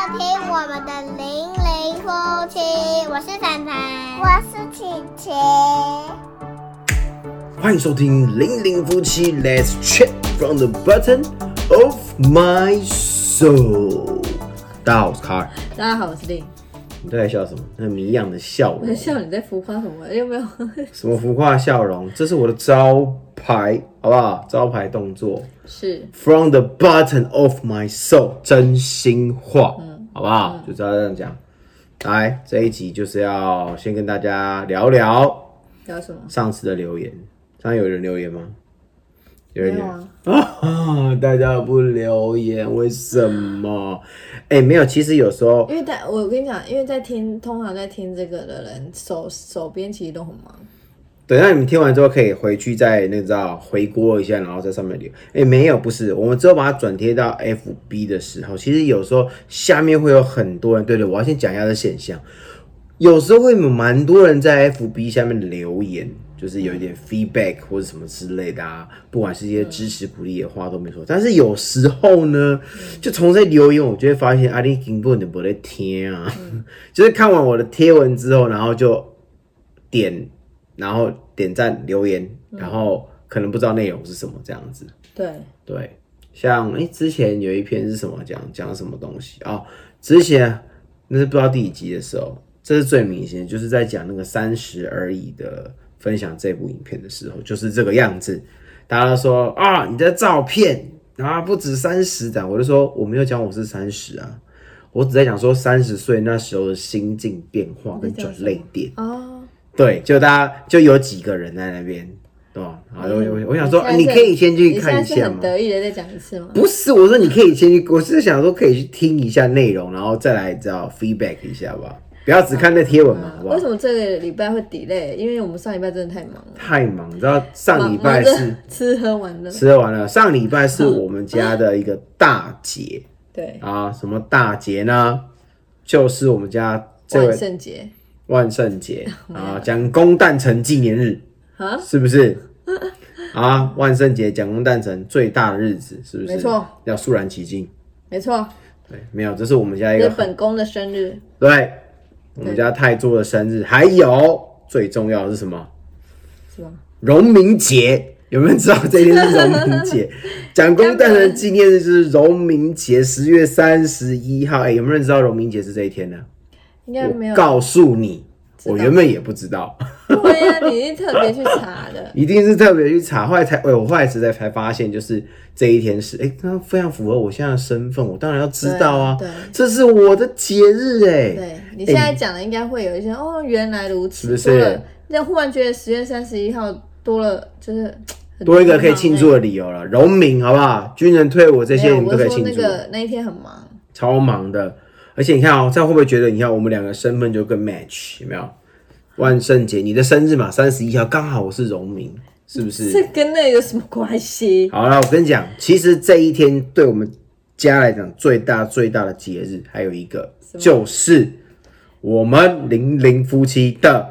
我们的零零夫妻，我是凡凡，我是琪琪。欢迎收听《零零夫妻》，Let's check from the bottom of my soul。大家好，我是卡尔。大家好，我是令。你在笑什么？那谜样的笑我容在，笑你在浮夸什么？有没有？ 什么浮夸笑容？这是我的招牌，好不好？招牌动作是，From the bottom of my soul，真心话，嗯好不好？就知道这样讲。来，这一集就是要先跟大家聊聊聊什么？上次的留言。上次有人留言吗？有人没留有言。啊，啊， 大家不留言，为什么？哎、没有，其实有时候因为在我跟你讲，因为在听，通常在听这个的人手手边其实都很忙，等到你们听完之后，可以回去再那个叫回锅一下，然后在上面留。哎、没有，不是，我们之后把它转贴到 FB 的时候，其实有时候下面会有很多人。对对，我要先讲一下这现象，有时候会有蛮多人在 FB 下面留言，就是有一点 feedback 或者什么之类的啊，不管是一些支持鼓励的话都没错。但是有时候呢，就从这些留言，我就会发现阿丽根本就不在听啊， 就是看完我的贴文之后，然后就点，然后点赞留言，然后可能不知道内容是什么这样子。对，对，像诶、之前有一篇是什么讲讲什么东西哦？之前那是不知道第几集的时候，这是最明显的，就是在讲那个三十而已的分享这部影片的时候，就是这个样子。大家都说啊，你的照片啊不止三十的，我就说我没有讲我是三十啊，我只在讲说三十岁那时候的心境变化跟转泪点。哦，对，就大家就有几个人在那边，对吧？然后我我我想说，啊现在是你可以先去嗯你现看在一是下很嘛。得意的再讲一次吗？不是，我说你可以先去，我是想说可以去听一下内容，然后再来找 feedback 一下吧，不要只看那贴文嘛，好不好嗯为什？么这个礼拜会 delay？因为我们上礼拜真的太忙了，太忙，你知道上礼忙拜忙是着吃喝玩乐，吃完了，上礼拜是我们家的一个大节对，啊，什么大节呢？就是我们家这万位圣节万圣 节啊，蒋公诞辰纪念日，啊，是不是？啊，万圣节蒋公诞辰最大的日子，是不是？没错，要肃然起敬。没错，对，没有，这是我们家一这个是本宫的生日，对，我们家泰铢的生日，还有最重要的是什么？是吧？荣民节。有没有知道这天是荣民 节？蒋公诞辰纪念日就是荣民节，十月三十一号。哎、有没有人知道荣民节是这一天呢？应该没我有，告诉你，知道我原本也不知道，，对呀，你一定特别去查的一定是特别去查，后来才，哎、我后来实在才发现，就是这一天是，哎、那非常符合我现在的身份，我当然要知道啊，对啊对这是我的节日、哎，对你哎现在讲的应该会有一些、哦，原来如此，是不是多了，那忽然觉得十月三十一号多了，就是很哎多一个可以庆祝的理由了。农民好不好？军人退伍这很忙欸。些你没有，们我都可以是说庆那祝，个那一天很忙，超忙的。而且你看哦，这样会不会觉得你看我们两个身份就更 match 有没有？万圣节你的生日嘛，三十一号刚好我是农民，是不这是？跟那有什么关系？好了，我跟你讲，其实这一天对我们家来讲最大最大的节日，还有一个就是我们零零夫妻的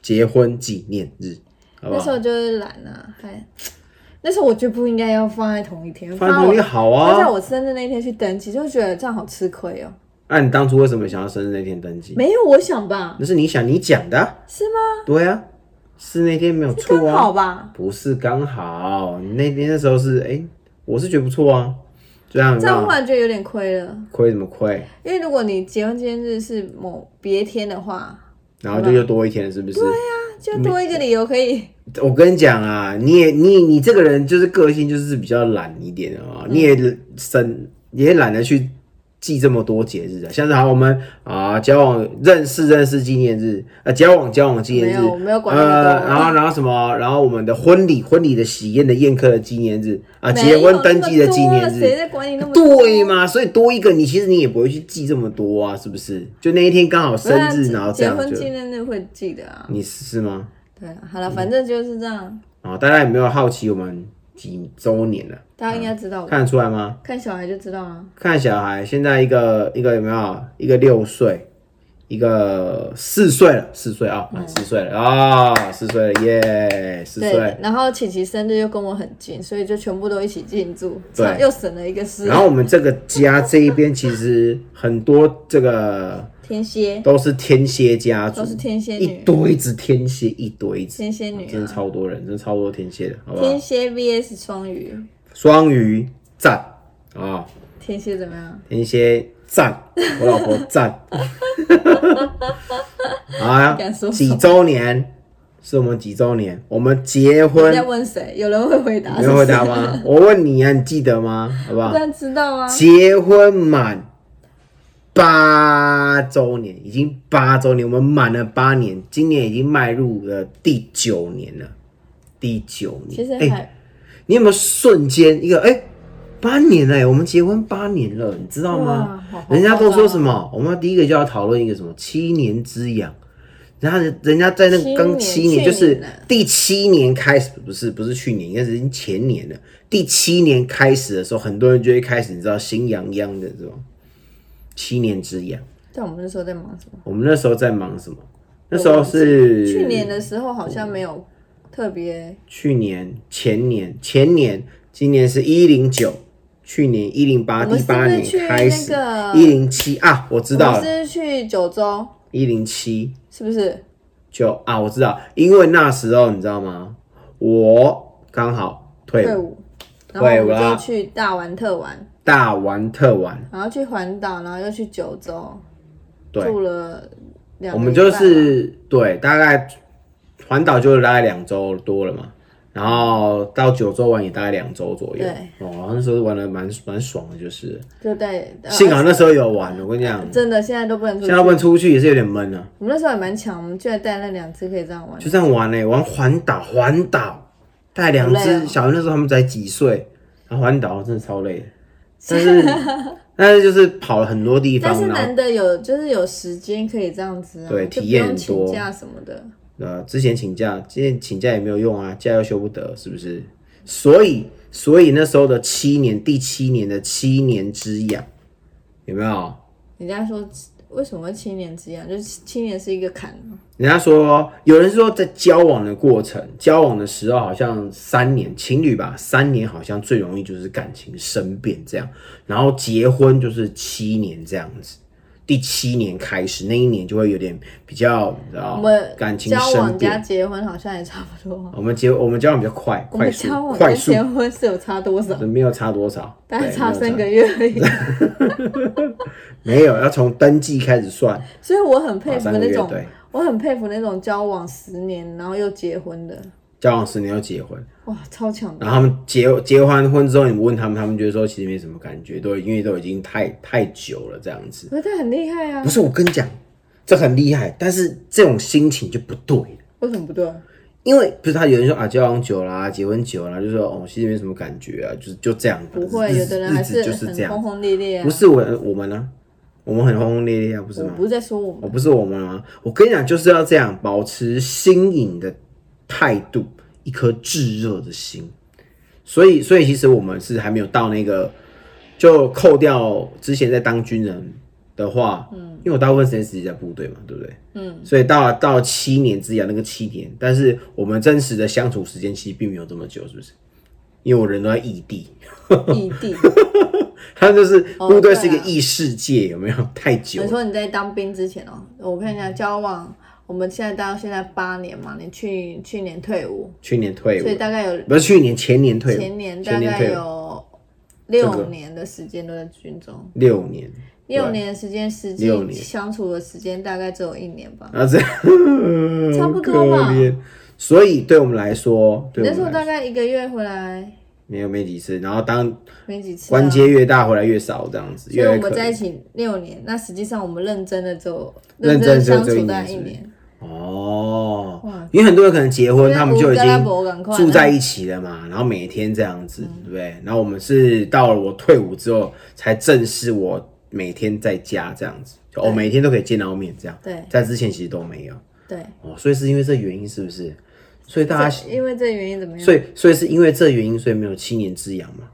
结婚纪念日，好不那时候好？就是懒啊，还那时候我就不应该要放在同一天，放在同一天好啊放在我生日那天去登记，就觉得这样好吃亏哦。那、啊你当初为什么想要生日那天登记？没有，我想吧，那是你想你讲的啊、是吗？对啊，是那天没有刚错好啊，吧，不是刚好，你那天那时候是哎、我是觉得不错啊，这样有这没样忽有然就有点亏了，亏什么亏？因为如果你结婚纪念日是某别天的话，然后就又多一天了，是不是？就多一个理由可以。我跟你讲啊，你也你你这个人就是个性就是比较懒一点的啊，你也嗯省也懒得去记这么多节日啊，像是好我们啊交往认识认识纪念日啊，交往交往纪念日，没有没有管那么多呃，然后然后什么，然后我们的婚礼婚礼的喜宴的宴客的纪念日啊，没结有婚登记的纪念那么多谁日。在管你那么多？啊对嘛，所以多一个你，其实你也不会去记这么多啊，是不是？就那一天刚好不是生啊？日，然后这结样婚就纪念日会记得啊。你是是吗？对啊，好了，反嗯正就是这样，啊、大家有没有好奇我们几周年了？大家应该知道吧？看得出来吗？看小孩就知道啊。看小孩，现在一个一个有没有一个六岁，一个四岁了，四岁啊，嗯满四岁了啊，四岁了耶，四岁对，。然后琪琪生日又跟我很近，所以就全部都一起庆祝，对差又省了一个事。然后我们这个家这一边其实很多这个天蝎都是天蝎家族，都是天蝎一女，堆子天蝎，一堆子天蝎女真的啊，超多人，真的超多天蝎的，好不好天？蝎 VS 双鱼，双鱼赞啊，天蝎怎么样？天蝎 赞，我老婆赞。好啊敢说，什么几周年是我们几周年？我们结你婚，在问谁？有人会回答你是会不回是？答吗？ 我问你啊，你记得吗？好不好当？然知道啊，结婚满八周年，已经八周年，我们满了八年，今年已经迈入了第九年了。第九年，其实哎、还、你有没有瞬间一个哎？八年哎、我们结婚八年了，你知道吗哇好？人家跟我说什好么？我们第一个就要讨论一个什么七年之痒，然后人家在那七个刚年七年，去就是年啊第七年开始，不是不是去年，应该是已经前年了。第七年开始的时候，很多人就会开始，你知道心痒痒的这种七年之痒。但我们那时候在忙什么？我们那时候在忙什么？那时候是去年的时候好像没有特别去年、前年、前年，今年是一零九，去年一零八，我们第是不八是年去开始那个一零七啊，我知道我了，们是去九州，一零七是不是？就啊，我知道，因为那时候你知道吗？我刚好退退伍，伍，然后我退伍啦们就去大玩特玩，大玩特玩，然后去环岛，然后又去九州，对，住了两我个们礼拜吧。就是对，大概环岛就大概两周多了嘛，然后到九州玩也大概两周左右对，哦，那时候玩的蛮蛮爽的，就是，就带，呃幸好那时候有玩，我跟你讲，真的现在都不能出现在去。问出去也是有点闷啊。我们那时候也蛮强，我们居然带那两只可以这样玩，就这样玩呢、欸玩环岛，环岛带两好累哦只小鱼，那时候他们才几岁，然后环岛真的超 累的，但是但是就是跑了很多地但方，是然后难得有就是有时间可以这样子啊，对就不体验用很请多假什么的。呃之前请假，之前请假也没有用啊，假又休不得，是不是？所以所以那时候的七年，第七年的七年之痒，有没有？人家说为什么会七年之痒，就是七年是一个坎啊，人家说，有人说在交往的过程，交往的时候好像三年情侣吧，三年好像最容易就是感情生变这样，然后结婚就是七年这样子，第七年开始那一年就会有点比较，你知我道们感情交生往加变。结婚好像也差不多啊。我们结我们交往比较快，我快们速交往快跟速结，婚是有差多少？没有差多少，大概对差三，没个有月而已。没有要从登记开始算， 所以我很佩啊服三个那月种，对，我很佩服那种交往十年然后又结婚的，交往十年要结婚。哇，超强的。然后他们结结完婚之后，你问他们，他们就会说其实没什么感觉，都因为都已经太太久了这样子。可是他很厉害啊不，是我跟你讲，这很厉害，但是这种心情就不对了为什么不对？因为不是他有人说啊交往久啦、结婚久啦、就说哦其实没什么感觉啊，就是就这样吧。不会，日有子的人还日子是就是这很轰样，轰烈烈啊。不，是我我们呢、我们很轰轰烈烈啊，不是我吗？不是在说我们我不是我们吗？我跟你讲，就是要这样，保持新颖的态度，一颗炙热的心。所以，所以其实我们是还没有到那个，就扣掉之前在当军人的话，嗯，因为我大部分时间自己在部队嘛，对不对？嗯，所以到了到了七年之痒那个七年，但是我们真实的相处时间其实并没有这么久，是不是？因为我人都在异地， 异地。他就是哦部队是一个对啊异世界，有 没有？太久你了，说你在当兵之前哦，我看一下交往，我们现在到现在八年嘛，你去去年退伍，去年退伍所以了，大概有不是去年前年退伍，前年大前年概退伍有这六个年的时间都在军中，六年，六年的时间实六际年相处的时间大概只有一年吧。然后啊这 差不多 吧好可怜所以对我们来说，你对那我时候们来大说概一个月回来没有没几次，然后当没几次、啊，关节越大，回来越少这样子，所越以来我越可们在一怜。起六年，那实际上我们认真的只有认真真的只有相只有处一大年概一是不是年，哦，因为很多人可能结婚，啊他们就已经住嗯在一起了嘛，然后每天这样子，对不对？然后我们是到了我退伍之后，才正式我每天在家这样子，就我、哦对每天都可以见到面这样。对在之前其实都没有对，哦，所以是因为这原因是不是？所以大家这因为这原因怎么样？所以，所以是因为这原因，所以没有七年之痒吗？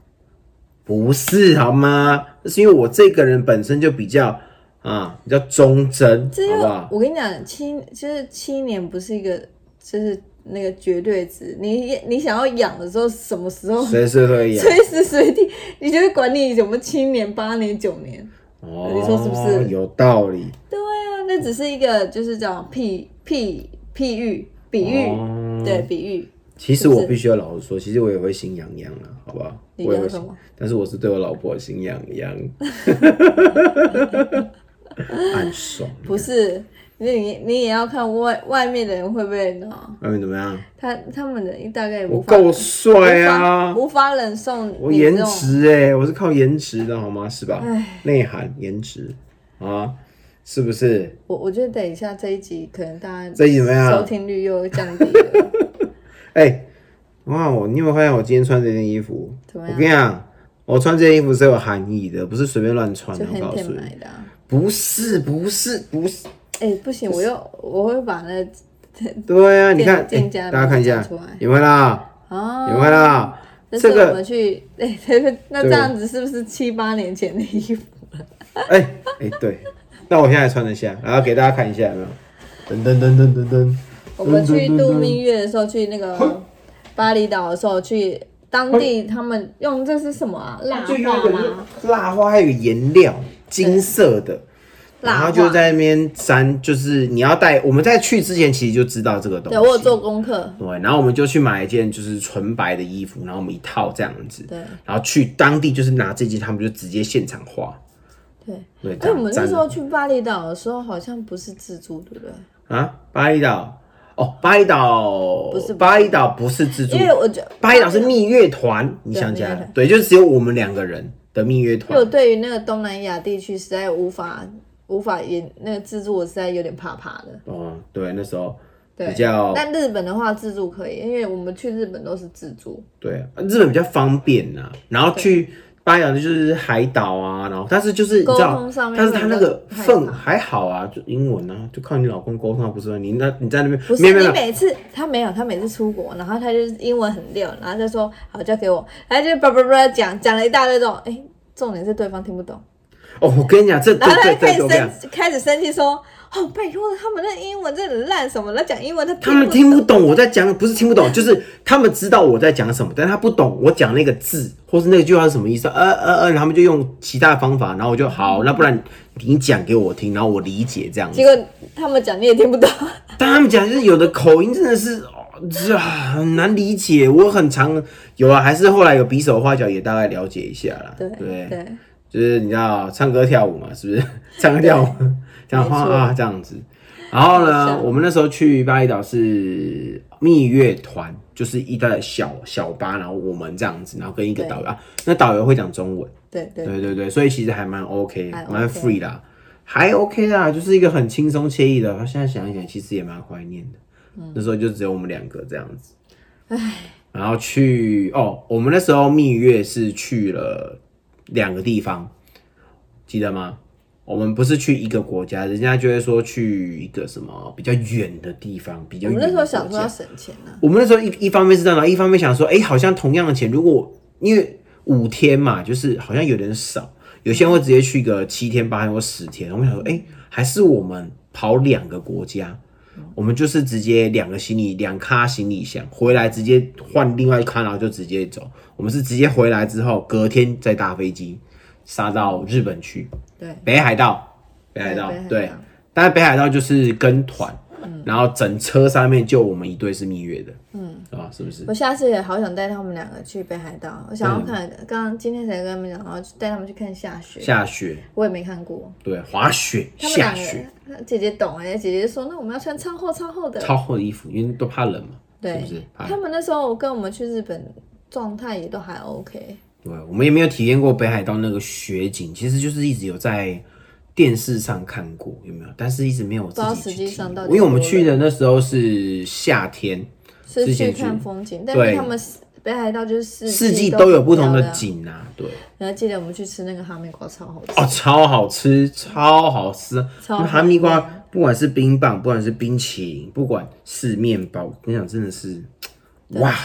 不是好吗？那是因为我这个人本身就比较啊，比较忠贞，这好就不好？我跟你讲，七就是七年不是一个就是那个绝对值，你你想要养的时候，什么时候随时可以养。随时随地，你就会管你有没有七年、八年、九年。哦，你说是不是有道理？对啊，那只是一个就是讲譬譬譬喻、比喻，哦对比喻。其实是不是我必须要老实说，其实我也会心痒痒了，好不好？你我也养会什心么？但是我是对我老婆心痒 痒，暗爽。不是，那你你也要看外外面的人会不会呢？外面怎么样？他他们的大概也我无法够帅啊！无法无法忍受我你颜这种值哎、我是靠颜值的好吗？是吧唉？内涵颜值啊，是不是？我我觉得等一下这一集可能大家这一集怎么样收听率又降 低了，哎、哇！我你有没有发现我今天穿这件衣服？怎么我样跟你讲，我穿这件衣服是有含义的，不是随便乱穿就的。我很告甜诉你，买的、啊。不是，不是，不是。哎、不行，我又我会把那对啊，你看，哎店家大家看一没有下讲出来，有没有啦？啊，有没有啦？这是这我个们去哎、 对，那对这样子是不是七八年前的衣服？哎哎，对，那我现在还穿得下，然后给大家看一下，有没有？噔噔噔噔噔噔，我们去噔噔噔度噔蜜月的时候，去那个巴厘岛的时候，去当地他们用这是什么啊？蜡就用一花吗？个蜡花，还有颜料，金色的，蜡然花后就在那边粘，就是你要带。我们在去之前其实就知道这个东西，对，我有做功课。对，然后我们就去买一件就是纯白的衣服，然后我们一套这样子，对然后去当地就是拿这件，他们就直接现场画，对，对，这哎，样我们那粘时候去巴厘岛的时候，好像不是自助，对不对？啊，巴厘岛。哦，巴厘岛不是巴厘岛，不是自助因，为我觉得巴厘岛是蜜月团，你想起来蜜了月团？对，就只有我们两个人的蜜月因为我团。对于那个东南亚地区实在无法无法也那个自助，我实在有点怕怕的。哦，对，那时候对，比较但日本的话自助可以，因为我们去日本都是自助。对，啊日本比较方便呐、然后去巴厘岛就是海岛啊，然后但是就是你知沟道通上，面但是他那个会比较氛害怕还好啊，就英文啊，就靠你老公沟通啊，不是吗你那你在那边不是没有没你有没有每次他没有，他每次出国，然后他就是英文很溜，然后就说好交给我， 然后就叭叭叭讲讲了一大堆这种，哎、重点是对方听不懂，哦，我跟你讲，这这然后这他就开这始我跟你讲，生开始生气说，哦拜托了，他们那英文真的很烂什么，他讲英文他他们听听不不懂懂我在讲，不是听不懂，就是他们知道我在讲什么，但他不懂我讲那个字或是那句话是什么意思，呃呃呃，然后他们就用其他的方法，然后我就好，嗯那不然你讲给我听，然后我理解这样子结。果他们讲你也听不懂， 但他们讲就是有的口音真的是，哦这很难理解。我很常有啊，还是后来有比手画脚也大概了解一下啦。对对，对，就是你知道唱歌跳舞嘛，是不是？唱歌跳舞，讲话没错啊这样子。然后好呢，像我们那时候去巴厘岛是蜜月团，就是一个小小巴，然后我们这样子，然后跟一个对导游，啊那导游会讲中文。对对对对对，所以其实还蛮 OK，还蛮 OK free 啦，还 OK 啦，就是一个很轻松惬意的。现在想一想，其实也蛮怀念的。嗯那时候就只有我们两个这样子。唉，然后去哦，我们那时候蜜月是去了两个地方，记得吗？我们不是去一个国家，人家就会说去一个什么比较远的地方，比较我远们的那时候国想说家要省钱啊呢、我们那时候一一方面是这样，然后一方面想说，哎、好像同样的钱，如果因为五天嘛，就是好像有点少，有些人会直接去个七天、八天或十天。我们想说，哎、还是我们跑两个国家，我们就是直接两个行李、两咖行李箱回来，直接换另外一咖，然后就直接走。我们是直接回来之后，隔天再搭飞机杀到日本去，对，北海道，北海对道北海，道嗯对。但是北海道就是跟团，然后整车上面就我们一队是蜜月的，嗯，啊，是不是？我下次也好想带他们两个去北海道，我想要看，刚刚今天才跟他们讲，然后就带他们去看下雪，下雪，我也没看过。对，滑雪，他们两下个雪，，姐姐懂哎、姐姐说那我们要穿超厚超厚的，超厚的衣服，因为都怕冷嘛，是对不是？哎怕他冷。们那时候跟我们去日本，状态也都还 OK。对，我们也没有体验过北海道那个雪景，其实就是一直有在电视上看过，有没有？但是一直没有自知道己去实际体验上到底因为我们多去的那时候是夏天，是之前去去看风景，但对是他们北海道就是四四季都都有不同漂的亮。景啊，对。然后记得我们去吃那个哈密瓜超好吃，哦，超好吃，超好吃！超好吃哈密瓜，不管是冰棒，不管是冰淇淋，不管是面包，我跟你讲，真的是，哇，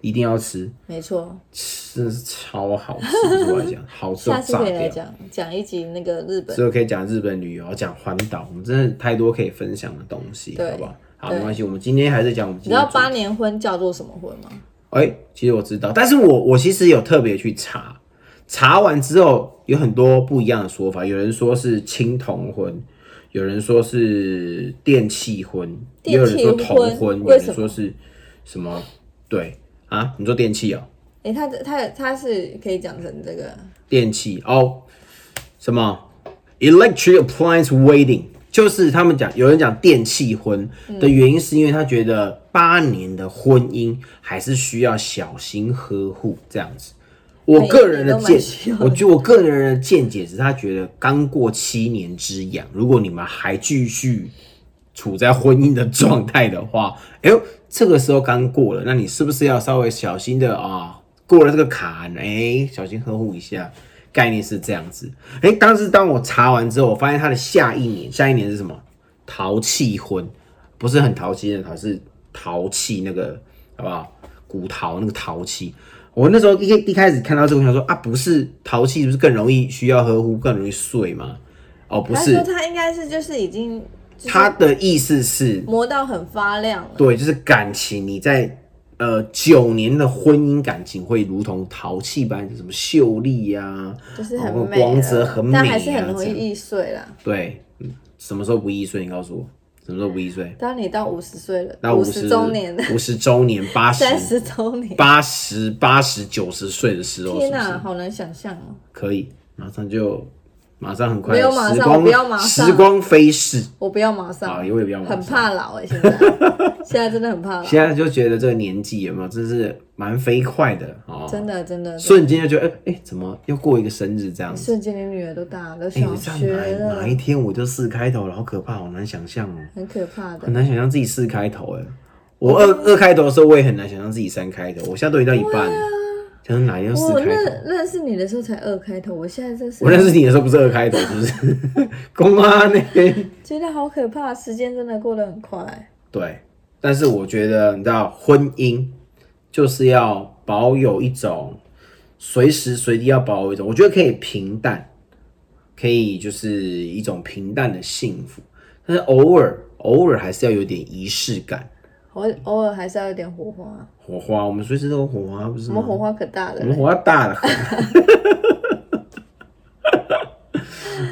一定要吃，没错，吃真的是超好吃，对我 来讲，好吃到下次炸可以来掉。讲讲一集那个日本之，后可以讲日本旅游，讲环岛，我们真的太多可以分享的东西，对好不好？好，对没关系，我们今天还是讲我们你今知天道的主八题。年婚叫做什么婚吗？哎、其实我知道，但是我我其实有特别去查，查完之后有很多不一样的说法，有人说是青铜婚，有人说是电气婚，也有人说电气铜婚婚，有为人什么说是什么？对啊，你说电器哦、诶，他他他是可以讲成这个，电器哦，什么 electric appliance wedding，就是他们讲有人讲电器婚嗯的原因，是因为他觉得八年的婚姻还是需要小心呵护这样子。我个人的每一年都见蛮需要，的我觉得我个人的见解是，他觉得刚过七年之痒，如果你们还继续处在婚姻的状态的话，哎呦，这个时候刚过了，那你是不是要稍微小心的啊？过了这个坎，哎，小心呵护一下。概念是这样子。哎，当时当我查完之后，我发现它的下一年，下一年是什么？陶器婚，不是很淘气的淘，是陶器那个，好不好？古陶那个陶器。我那时候一一开始看到这个，我想说啊，不是陶器，不是更容易需要呵护，更容易碎吗？哦，不他是说，他应该是就是已经就是他的意思是磨到很发亮了，对，就是感情，你在呃九年的婚姻感情会如同陶器般，什么秀丽呀、就是然很后美了，哦光泽很美、啊，但还是很容这样易易碎啦。对，嗯什么时候不易碎？你告诉我，什么时候不易碎？当你到五十岁了，那五十十周年、五十周年、 八十、三十周年，八十八十九十岁的时候，是天不哪、是好难想象哦。可以？马上就，马上很快，没有马上时我不要马光上时光飞逝。我不要马上，好因啊为不要马上很怕老哎、现 在现在真的很怕老，现在就觉得这个年纪有没有，真是蛮飞快的哦，真的真的，瞬间就觉得，哎、哎怎么又过一个生日这样子？瞬间连女儿都大了，都哎、小你这学样哪哪一了，天我就四开头了，好可怕，好难想象哦。很可怕的很。难想象自己四开头哎，我二二开头的时候，我也很难想象自己三开头，我现在都已经到一半了，啊想想哪天要四我开头。认认识你的时候才二开头，我现在这是我认识你的时候不是二开头，是不是？ 公啊那边觉得好可怕，时间真的过得很快。对，但是我觉得你知道，婚姻就是要保有一种随时随地要保有一种，我觉得可以平淡，可以就是一种平淡的幸福，但是偶尔偶尔还是要有点仪式感。偶偶尔还是要有点火花，火花，我们随时都有火花，不是我吗？们火花可大了我。们活到大 了。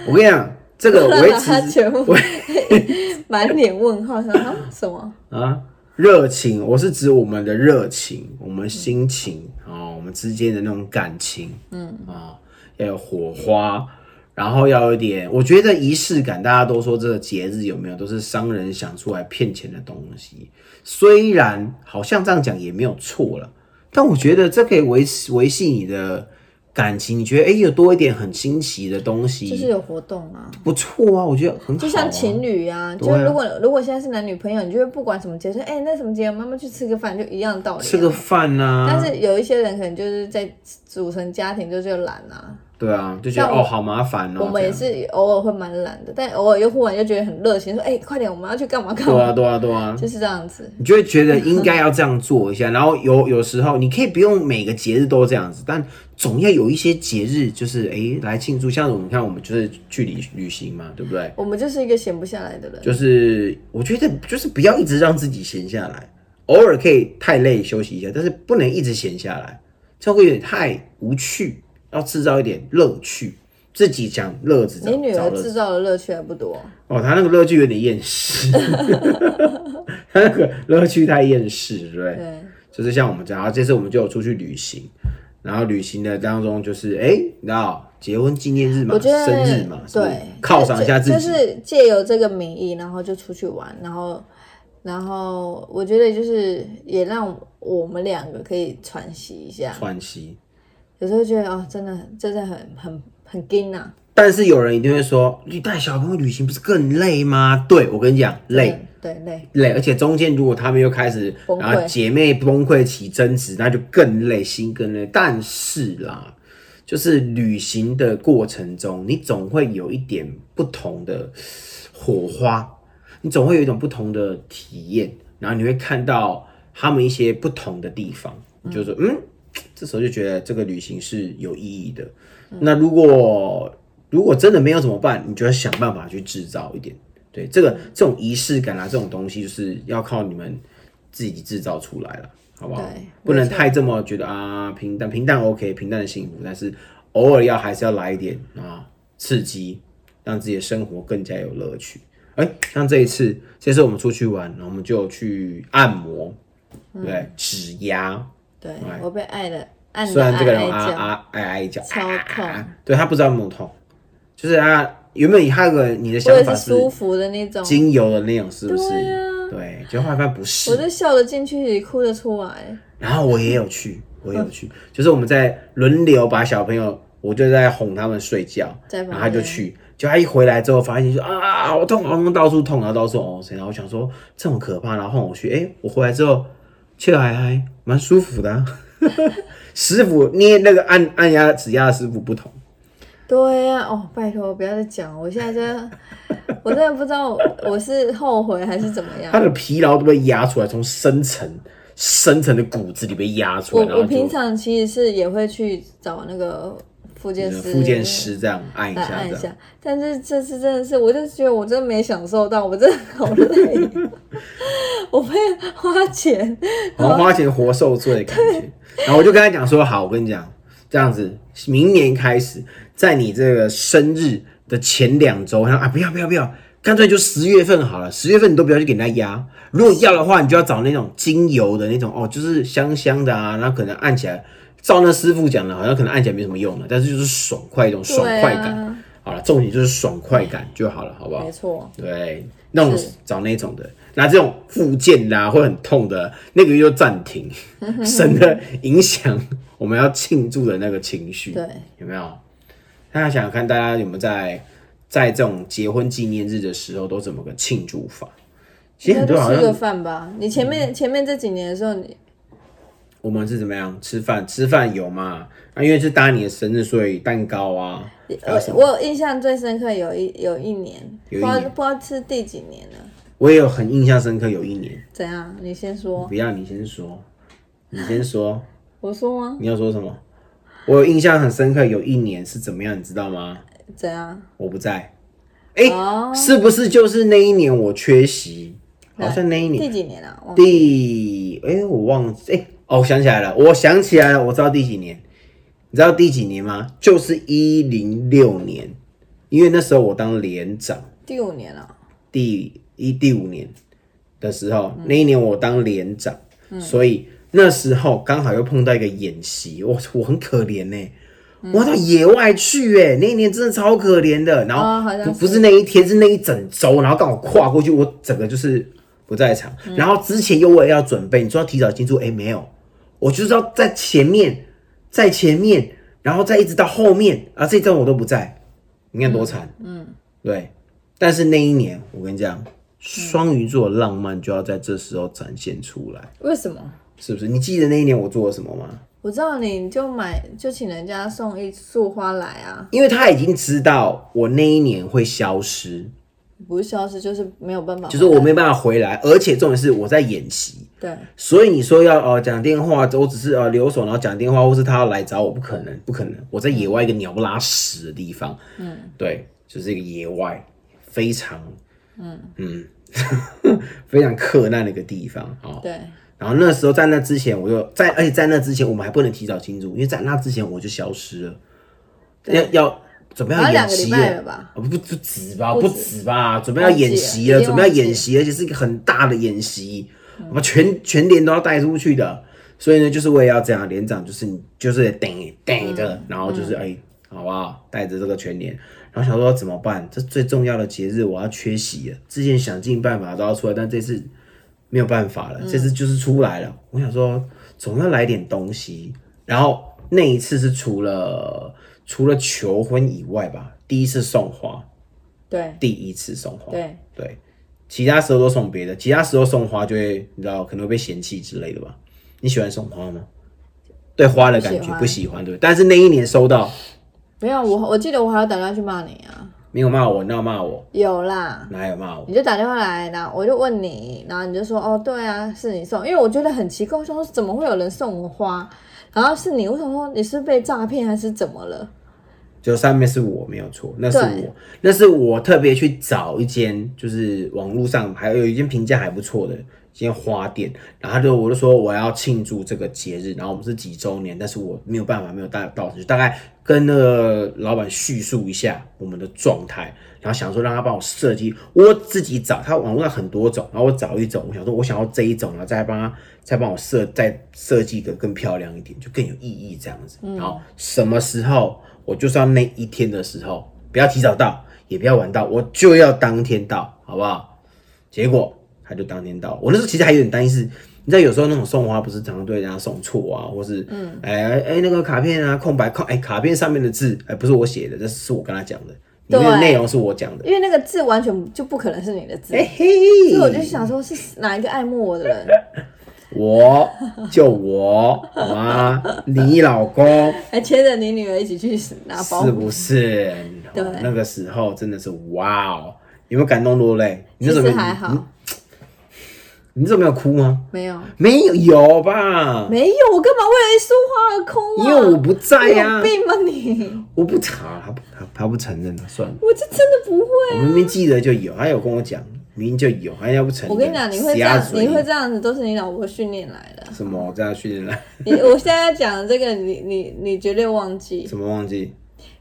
我跟你讲，这个看维 到他持 全部 满脸问号，想说啊什么？啊热情，我是指我们的热情，我们心情啊、我们之间的那种感情，嗯啊、要有火花，然后要有点，我觉得仪式感，大家都说这个节日有没有都是商人想出来骗钱的东西，虽然好像这样讲也没有错了，但我觉得这可以维持维系你的。感情，你觉得哎、有多一点很新奇的东西， 就是有活动啊，不错啊，我觉得很好、啊。就像情侣啊，对就啊如果如果现在是男女朋友，你就会不管什么节日，哎、那什么节，妈妈去吃个饭，就一样的道理、啊。吃个饭呐、但是有一些人可能就是在组成家庭就是懒啊，对啊，就觉得像我哦好麻烦哦。我们也这样。是偶尔会蛮懒的，但偶尔又忽然就觉得很热情，说哎、快点，我们要去干嘛干对啊，嘛，对啊，对啊， 就是这样子。你就会觉得应该要这样做一下。然后有有时候你可以不用每个节日都这样子，但总要有一些节日就是哎来庆祝。像我们看，我们就是去旅旅行嘛，对不对？我们就是一个闲不下来的人，就是我觉得就是不要一直让自己闲下来，偶尔可以太累休息一下，但是不能一直闲下来，这样会有点太无趣。要制造一点乐趣，自己讲乐子，你女找儿乐子制造的乐趣还不多，哦，他那个乐趣有点厌世， 他那个乐趣太厌世，对不对？对，就是像我们这样，然后这次我们就有出去旅行，然后旅行的当中就是，哎、你知道结婚纪念日嘛，我觉得生日嘛，是不是对，犒赏一下自己，就就是借由这个名义，然后就出去玩，然后，然后我觉得就是也让我们两个可以喘息一下，喘息。有时候觉得哦，真的真的很很很劲呐、但是有人一定会说，你带小朋友旅行不是更累吗？对我跟你讲，累。对累，累，而且中间如果他们又开始，崩溃然后姐妹崩溃起争执，那就更累，心更累。但是啦，就是旅行的过程中，你总会有一点不同的火花，你总会有一种不同的体验，然后你会看到他们一些不同的地方。你就说嗯，这时候就觉得这个旅行是有意义的。嗯那如果如果真的没有怎么办？你就要想办法去制造一点。对，这嗯个这种仪式感啊，这种东西就是要靠你们自己制造出来了，好不好对？不能太这么觉得啊，平淡平淡 OK，平淡的幸福，但是偶尔要还是要来一点啊刺激，让自己的生活更加有乐趣。哎、像这一次，这次我们出去玩，然后我们就去按摩，对，指压，对我被爱的嗯按虽的然这个人爱啊爱叫，啊哎哎叫，超痛啊对他不知道木痛，就是他原本他有个你的我想也法是舒是服的那种，精油的那种，是不是？对啊对，结果后来发现不是我。就笑得进去，哭得出来。然后我也有去，我也有去，就是我们在轮流把小朋友，我就在哄他们睡觉，在然旁后他就去，就他一回来之后发现就啊，好痛，好痛，到处痛，然后到处哦，然后我想说这么可怕，然后换我去，哎，我回来之后，却还还蛮舒服的、啊。 师傅捏那个按按压指压的师傅不同，对呀、哦，拜托不要再讲了，我现在 真的，我真的不知道我是后悔还是 怎么样他。的疲劳都被压出来，从深层深层的骨子里被压出我来，然后我就平常其实是也会去找那个复健就是师，呃复健师这样按一来下按这一样。下，但是这次真的是，我就觉得我真的没享受到，我真的好累，我被花钱，啊然哦后花钱活受罪的感觉。然后我就跟他讲说，好，我跟你讲，这样子，明年开始，在你这个生日的前两周，他说啊，不要不要不要，干脆就十月份好了，十月份你都不要去给人家压，如果要的话，你就要找那种精油的那种哦，就是香香的啊，然后可能按起来。照那师傅讲的，好像可能按起来没什么用的，但是就是爽快一种爽对快感。啊，好了，重点就是爽快感就好了，好不好没？错，对，那种是找那种的，那这种附件啦、会很痛的那个就暂 停，省得影响我们要庆祝的那个情绪，对，有没有？大家想想看，大家有没有在在这种结婚纪念日的时候都怎么个庆祝法？其实那很就多好吃个像嗯饭吧。你前面、前面这几年的时候，你我们是怎么样吃饭？吃饭有嘛？啊，因为是搭你的生日，所以蛋糕啊，还有什我么？呃我有印象最深刻有一有一年，有一不知道年不知道是第几年了。我也有很印象深刻，有一年，怎样？你先说，不要你先说，你先说。我说吗？你要说什么？我有印象很深刻，有一年是怎么样，你知道吗？怎样？我不在，哎、哦是不是就是那一年我缺席？好像那一第年几年啊？忘了第哎、我忘记哎、哦，我想起来了，我想起来了，我知道第几年，你知道第几年吗？就是一零六年，因为那时候我当连长，第五年啊了。第一第五年的时候，那一年我当连长，嗯所以那时候刚好又碰到一个演习，我我很可怜呢、嗯我要到野外去哎、那一年真的超可怜的。然后、哦好像不是不是那一天，是那一整周，然后刚好跨过去，我整个就是不在场。嗯然后之前又我也要准备，你说要提早进驻，哎、没有，我就是要在前面，在前面，然后再一直到后面，啊，这一段我都不在，你看多惨、嗯，对。但是那一年，我跟你讲，双鱼座的浪漫就要在这时候展现出来，为什么？是不是？你记得那一年我做了什么吗？我知道你就买，就请人家送一束花来啊，因为他已经知道我那一年会消失，不是消失就是没有办法回来，就是我没办法回来，而且重点是我在演习，对所以你说要呃讲电话，我只是呃留守，然后讲电话，或是他要来找我，不可能，不可能。我在野外一个鸟不拉屎的地方，嗯，对，就是一个野外，非常，嗯 嗯，非常克难的一个地方哦。对，然后那时候在那之前，我就在，而且在那之前我们还不能提早进入，因为在那之前我就消失了，要要准备要好演像两个礼习拜了吧？啊不不不止吧，不不止止吧，准备要演习了，嗯忘记了准备要演习，而且是一个很大的演习，我们全全连都要带出去的。所以呢，就是我也要这样，连长就是你就是顶顶着，然后就是哎、好不好？带着这个全连，然后想说怎么办？这最重要的节日我要缺席了，之前想尽办法都要出来，但这次没有办法了，这次就是出来了。我想说，总要来点东西。然后那一次是除了除了求婚以外吧，第一次送花，对第一次送花，对，对，其他时候都送别的，其他时候送花就会你知道可能会被嫌弃之类的吧？你喜欢送花吗？对花的感不喜觉欢不喜欢，对不对。但是那一年收到，没有我，我记得我还要打电话去骂你啊，没有骂我，哪有骂我？有啦，哪有骂我？你就打电话来，然后我就问你，然后你就说哦，对啊，是你送，因为我觉得很奇怪，我想说怎么会有人送我花，然后是你，我想说你是被诈骗还是怎么了？就上面是我没有错，那是对我，那是我特别去找一间，就是网络上还有一间评价还不错的一间花店，然后他就我就说我要庆祝这个节日，然后我们是几周年，但是我没有办法没有带到，就大概跟那个老板叙述一下我们的状态，然后想说让他帮我设计，我自己找他网络上很多种，然后我找一种，我想说我想要这一种，然后再帮他再帮我设再设计的更漂亮一点，就更有意义这样子，然后什么时候？我就是要那一天的时候，不要提早到，也不要晚到，我就要当天到，好不好？结果他就当天到，我那时候其实还有点担心是，你知道有时候那种送花不是常常对人家送错啊，或是嗯，哎、哎、那个卡片啊空白空哎、卡片上面的字哎、不是我写的，这是我跟他讲的，里面的对内容是我讲的，因为那个字完全就不可能是你的字，哎、嘿，所以我就想说是哪一个爱慕我 的人，我就我好吗？ 你老公。还牵着你女儿一起去拿包是不是？哦对那个时候真的是哇哦，有没有感动落泪？你其那时候没实有还好，你那时候没有哭吗？没有没有，有吧？没有，我干嘛为了一束花而哭啊？因为我不在你呀、有病吗 你？我不查，他不他他不承认了，啊算了。我这真的不会我啊！明明记得就有，他有跟我讲，明明就有，他要不承认。我跟你讲，你会这瞎样，嘴你会这样子，都是你老婆训练来的。什么？这样训练来？你 我现在讲的这个，你你你绝对忘记。什么忘记？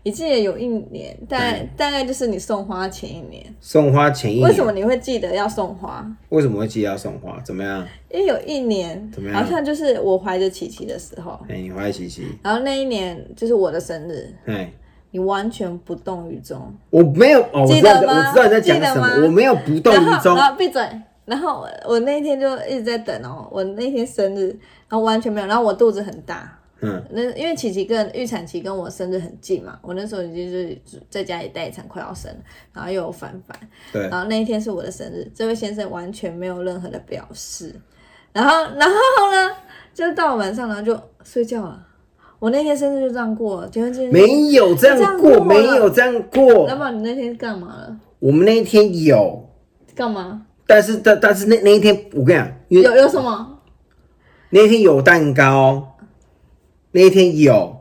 你记得有一年，大概大概就是你送花前一年，送花前一年，为什么你会记得要送花？为什么会记得要送花？怎么样？因为有一年怎么，样好像就是我怀着琪琪的时候，哎、你花琪琪，然后那一年就是我的生日，哎、你完全不动于衷。我没有哦，我知记道你在得我吗知道你在讲记得什吗么，我没有不动然后于衷然，后闭哦嘴。然后我我那一天就一直在等哦，我那天生日，然后完全没有，然后我肚子很大。嗯，那因为琪琪跟预产期跟我生日很近嘛，我那时候已经是在家里待产，快要生了，然后又有反反，对然，后那一天是我的生日，这位先生完全没有任何的表示。然后，然后呢，就到了晚上，然后就睡觉了。我那天生日就这样过了，结婚纪念日没有这样这样过，过没有这样那过。么你那天干嘛了？我们那一天有，干嘛？但是但但是那那一天我跟你讲，因有为有什么？那一天有蛋糕，那一天有，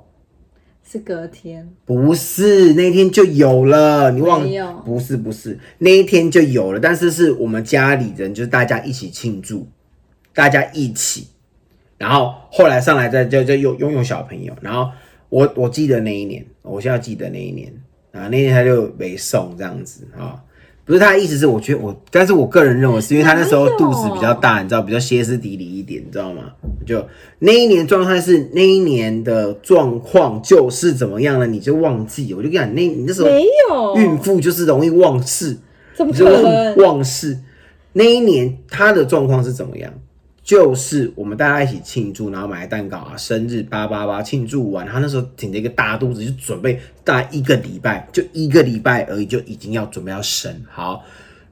是隔天，不是那一天就有了，你忘没有不是不是那一天就有了，但是是我们家里人就是大家一起庆祝，大家一起，然后后来上来再就就又拥有小朋友，然后我我记得那一年，我现在记得那一年啊，那一年他就没送这样子啊。不是他的意思是，我觉得我，但是我个人认为是因为他那时候肚子比较大，你知道，比较歇斯底里一点，你知道吗？就那一年状态是那一年的状况就是怎么样了，你就忘记，我就跟你讲，那你那时候没有，哦孕妇就是容易忘事，怎么就可是能？忘事。那一年他的状况是怎么样？就是我们大家一起庆祝，然后买蛋糕啊，生日八八八庆祝完，他那时候挺着一个大肚子，就准备大概一个礼拜，就一个礼拜而已，就已经要准备要生好。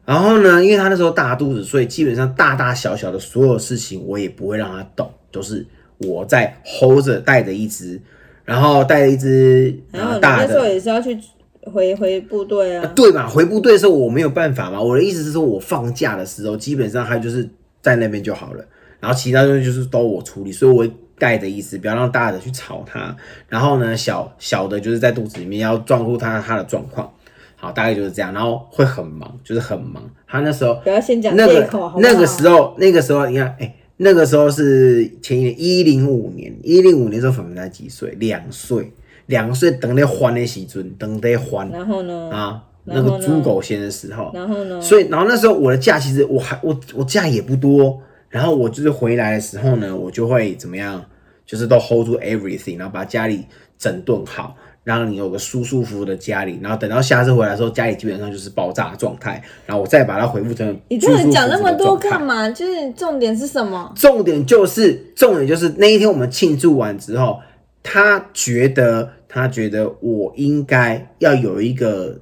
然后呢，因为他那时候大肚子，所以基本上大大小小的所有事情我也不会让他懂，都、是我在 hold 着带着一只，然后带着一只然后呃哎你大那的。时候也是要去回回部队啊，对嘛？回部队的时候我没有办法嘛。我的意思是说，我放假的时候基本上他就是在那边就好了，然后其他东西就是都我处理，所以我会带着意思，不要让大的去吵他。然后呢，小小的就是在肚子里面要照顾他他的状况。好，大概就是这样，然后会很忙，就是很忙。他那时候不要先讲那借个口，好不好？那个时候，那个时候你看，哎、那个时候是前一年一零五年，一零五年的时候粉粉才几岁？两岁，两岁等得还的时阵，等得还。然后呢？啊，那然后个呢猪狗仙的时候，然后呢？所以然后那时候我的假其实我还我我假也不多，然后我就是回来的时候呢，我就会怎么样，就是都 hold 住 everything，然后把家里整顿好。让你有个舒舒服服的家里，然后等到下次回来的时候，家里基本上就是爆炸的状态，然后我再把它恢复成你舒这舒样服讲那服么的多状态干嘛？就是重点是什么？重点就是，重点就是那一天我们庆祝完之后，他觉得他觉得我应该要有一个，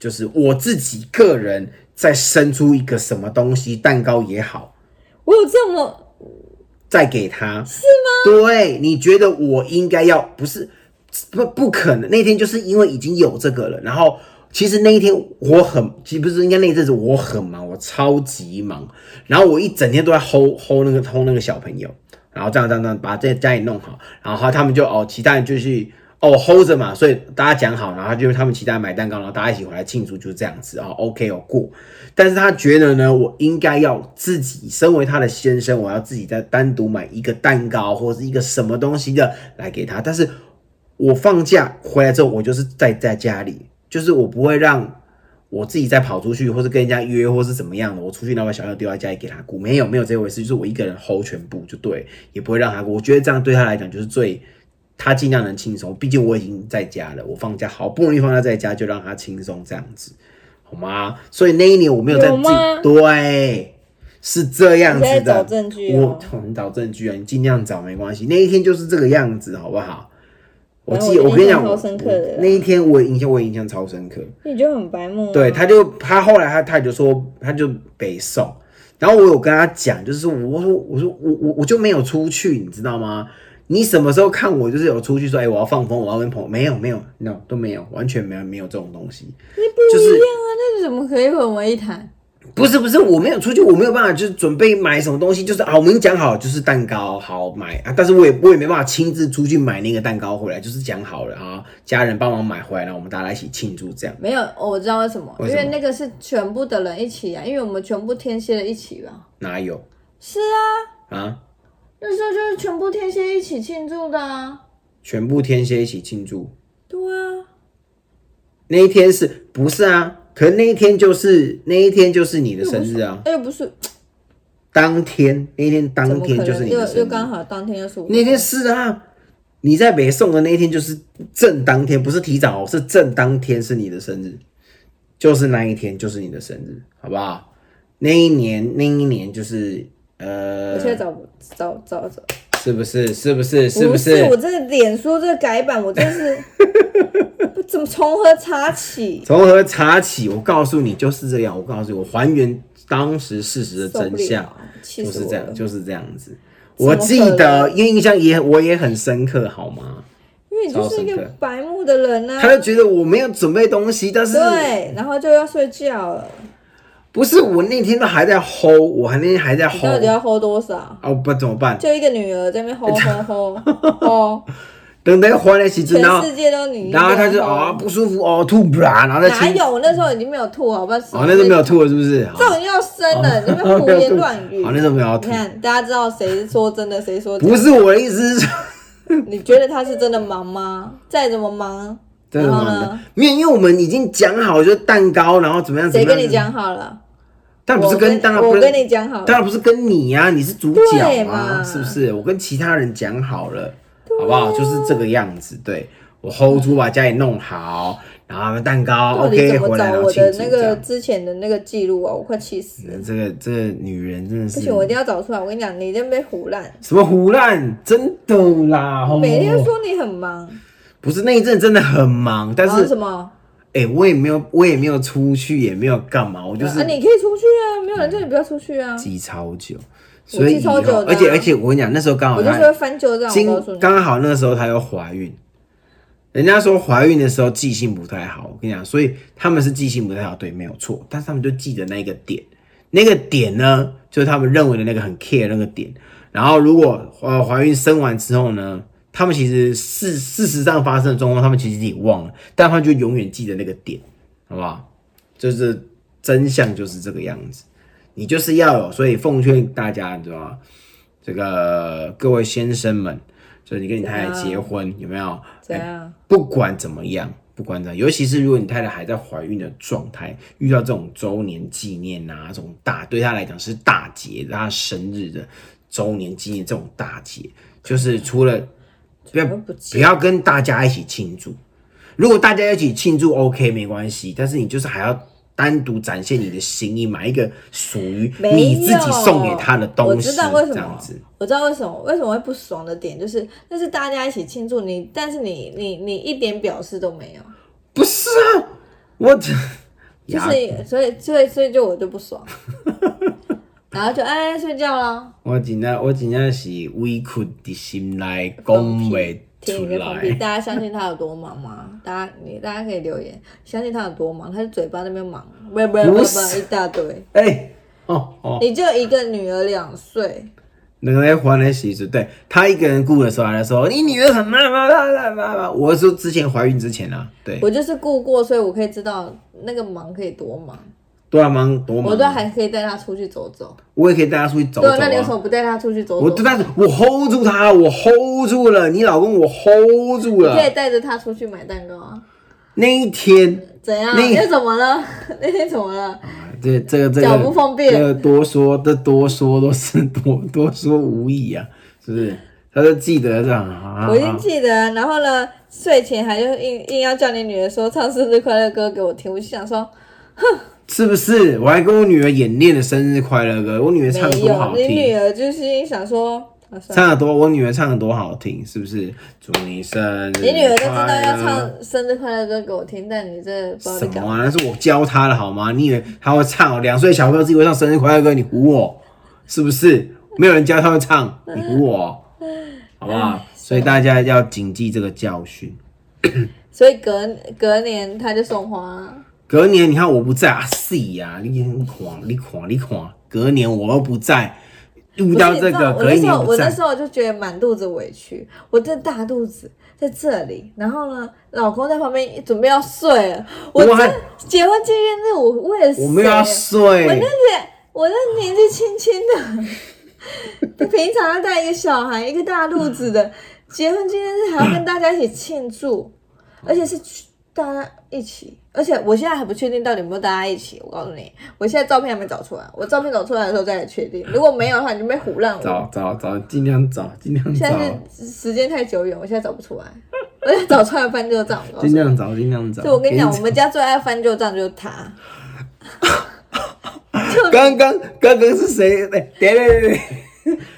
就是我自己个人再生出一个什么东西，蛋糕也好，我有这么再给他，是吗？对，你觉得我应该要不是不不可能？那天就是因为已经有这个了，然后其实那一天我很，其实不是应该那一阵子我很忙，我超级忙，然后我一整天都在 hold hold 那个 hold 那个小朋友，然后这样这样这样把这家里弄好，然后他们就哦，其他人就去哦 hold 着嘛，所以大家讲好，然后就他们其他人买蛋糕，然后大家一起回来庆祝，就这样子哦，OK 哦过。但是他觉得呢，我应该要自己，身为他的先生，我要自己再单独买一个蛋糕或者是一个什么东西的来给他。但是我放假回来之后，我就是在在家里，就是我不会让我自己再跑出去，或是跟人家约，或是怎么样的。我出去，然后把小朋友丢在家里给他顾，没有没有这回事，就是我一个人 hold 全部就对，也不会让他顾。我觉得这样对他来讲就是最。他尽量能轻松，毕竟我已经在家了。我放假好不容易放假在家，就让他轻松这样子。好吗？所以那一年我没有在自有吗己，对，是这样子你的。在找证据我哦我你找证据啊，你尽量找没关系。那一天就是这个样子，好不好？我然后记，我我跟你讲，印象我超深刻的我那一天我印象，我印象超深刻。你就很白目、啊。对，他就他后来他他就说他就北送，然后我有跟他讲，就是我说我说我我我就没有出去，你知道吗？你什么时候看我就是有出去说，哎、我要放风，我要跟朋友，没有没有，no 都没有，完全没有没有这种东西，就是啊那怎么可以混为一谈？不是不是，我没有出去，我没有办法，就是准备买什么东西，就是啊，我们讲好就是蛋糕好买啊，但是我也我也没办法亲自出去买那个蛋糕回来，就是讲好了啊，家人帮忙买回来，然后我们大家一起庆祝这样。没有，哦我知道为什么，为什因么为那个是全部的人一起啊，因为我们全部天蝎的一起吧。哪有是啊，啊？那时候就是全部天蝎一起庆祝的啊。全部天蝎一起庆祝对啊，那一天是不是啊？可是那一天就是那一天就是你的生日啊，哎、又不是，当天那一天怎当么可天就是能你又的生又日，刚好当天又是我那天是啊。你在北宋的那一天就是正当天，不是提早哦，是正当天是你的生日，就是那一天就是你的生日，好不好？那一年那一年就是呃我，现在找不找找找，是不是是不是是不是？我这个脸书这个改版，我 真是不怎么从何查起，从何查起？我告诉你就是这样，我告诉你，我还原当时事实的受不真相了。，啊气就死是我这样，了。就是这样子。怎么我可记得，因为印象也我也很深刻，好吗？因为你就是一超个深刻白目的人呢、他就觉得我没有准备东西，但是啊对，然后就要睡觉了，不是我那天都还在吼，我还那天还在你吼到底要 hold 多少？哦，不怎么办？就一个女儿在那边 hold 哎 hold hold hold，等等还来洗澡，全然后世界都你。然后他就啊、不舒服哦吐不啦，然后再哪亲有？我那时候已经没有吐，好不好？哦那时候没有哦吐了是不是？哦好这种要生了，你 在那边胡言乱语。好哦那时候没有吐你，看，大家知道谁说真的，谁说假的不是我的意思是 说。你觉得他是真的忙吗？再怎么忙，真的然后吗？呢？没有，因为我们已经讲好，就是蛋糕，然后怎么样？谁跟你怎么样？讲好了？但不是我跟跟，当然不我是跟你讲好当了，然不是跟你呀、你是主对角嘛啊啊，是不是？我跟其他人讲好了，好不好？就是这个样子，对我 hold 住把家里弄好，然后他们蛋糕嗯到底 OK 怎么回来，找然后我庆的祝那这个样。之前的那个记录啊？我快气死了！这个这个女人真的不是行，我一定要找出来。我跟你讲，你在那边胡乱，什么胡乱，真的啦！吼每天说你很忙，不是那一阵真的很忙，但然后是什么？哎、我也没有我也没有出去，也没有干嘛，我就啊，是嗯你可以出去啊，没有人叫你不要出去啊。记超久，我所以记以超后久的啊而且而且我跟你讲，那时候刚好我就她。是会翻旧账，我告诉今你。刚好那时候她又怀孕，人家说怀孕的时候记性不太好，我跟你讲，所以他们是记性不太好，对，没有错，但是他们就记得那个点，那个点呢，就是他们认为的那个很 care 的那个点。然后如果呃怀孕生完之后呢，他们其实事事实上发生的状况，他们其实也忘了，但他们就永远记得那个点，好不好？就是真相就是这个样子，你就是要有，所以奉劝大家，你知道吗？这个各位先生们，就是你跟你太太结婚有没有？怎样？不管怎么样，不管怎样，尤其是如果你太太还在怀孕的状态，遇到这种周年纪念啊，这种大对她来讲是大节，她生日的周年纪念这种大节，就是除了不要怎么不记不要跟大家一起庆祝。如果大家一起庆祝，OK 没关系，但是你就是还要单独展现你的心意，买一个属于没有哎你自己送给他的我东西，知道为什这样么子。，我知道为什么，为什么会不爽的点就是，那是大家一起庆祝你，但是你你你一点表示都没有，不是啊，我就牙是所以所以所以就我就 不爽，然后就哎睡觉了，我真正我真正是委屈伫心内讲袂贴你在旁边，出来大家相信他有多忙吗？ 大家你大家可以留言，相信他有多忙，他是嘴巴那边忙，不不不不不是一大堆。哎、哦哦，你就一个女儿两岁，那个还的媳子，对他一个人顾的时候，还在说哦你女儿很慢慢慢慢慢慢。我是说之前怀孕之前啊，对，我就是顾过，所以我可以知道那个忙可以多忙，多少忙多忙，我都还可以带她出去走走。我也可以带他出去走走、对啊啊，。那你为什么不带她出去走我走对？他，我 hold 住他，我 hold 住了，你老公我 hold 住你可以了。带着她出去买蛋糕啊？那一天，怎样？你又怎么了？ 那天怎么了？这这个这个脚不方便这个多说这多说都是多 多说无益啊，是不是？他就记得这样啊，我已经记得啊，然后呢，睡前还就硬硬要叫你女儿说唱生日快乐歌给我听，我就想说是不是？我还跟我女儿演练了生日快乐歌，我女儿唱没多有，好你女听，儿就是想说，啊、算了唱的多，我女儿唱的多好听，是不是？祝你生日快乐，你女儿都知道要唱生日快乐歌给我听，但你这不知道什在干么嘛。啊？那是我教她的好吗？你以为她会唱哦？两岁小朋友自己会唱生日快乐歌，你唬我是不是？没有人教她会唱，你唬我哦，好 不好？所以大家要谨记这个教训。所以隔隔年她就送花，啊隔年你看我不在啊，是呀、你很狂，你狂，你狂。隔年我又不在，遇到不是这你知道个我隔那一时年候不我那在时，候就觉得满肚子委屈，我这大肚子在这里，然后呢，老公在旁边准备要睡了，我我这还结婚纪念日我为了谁？我没有要我睡那。年我那年纪轻轻 的，平常要带一个小孩，一个大肚子的，结婚纪念日还要跟大家一起庆祝，而且是去大家一起。而且我现在还不确定到底有没有大家一起。我告诉你，我现在照片还没找出来，我照片找出来的时候再来确定。如果没有的话，你就被胡乱我。找找找，尽量找，尽量现找在，是时间太久远，我现在找不出来。我现在找出来翻旧账，我告诉尽你。量找，尽量找。就我跟你讲，给我们家最爱翻旧账就是他。刚刚刚刚是谁？哎，别别别别！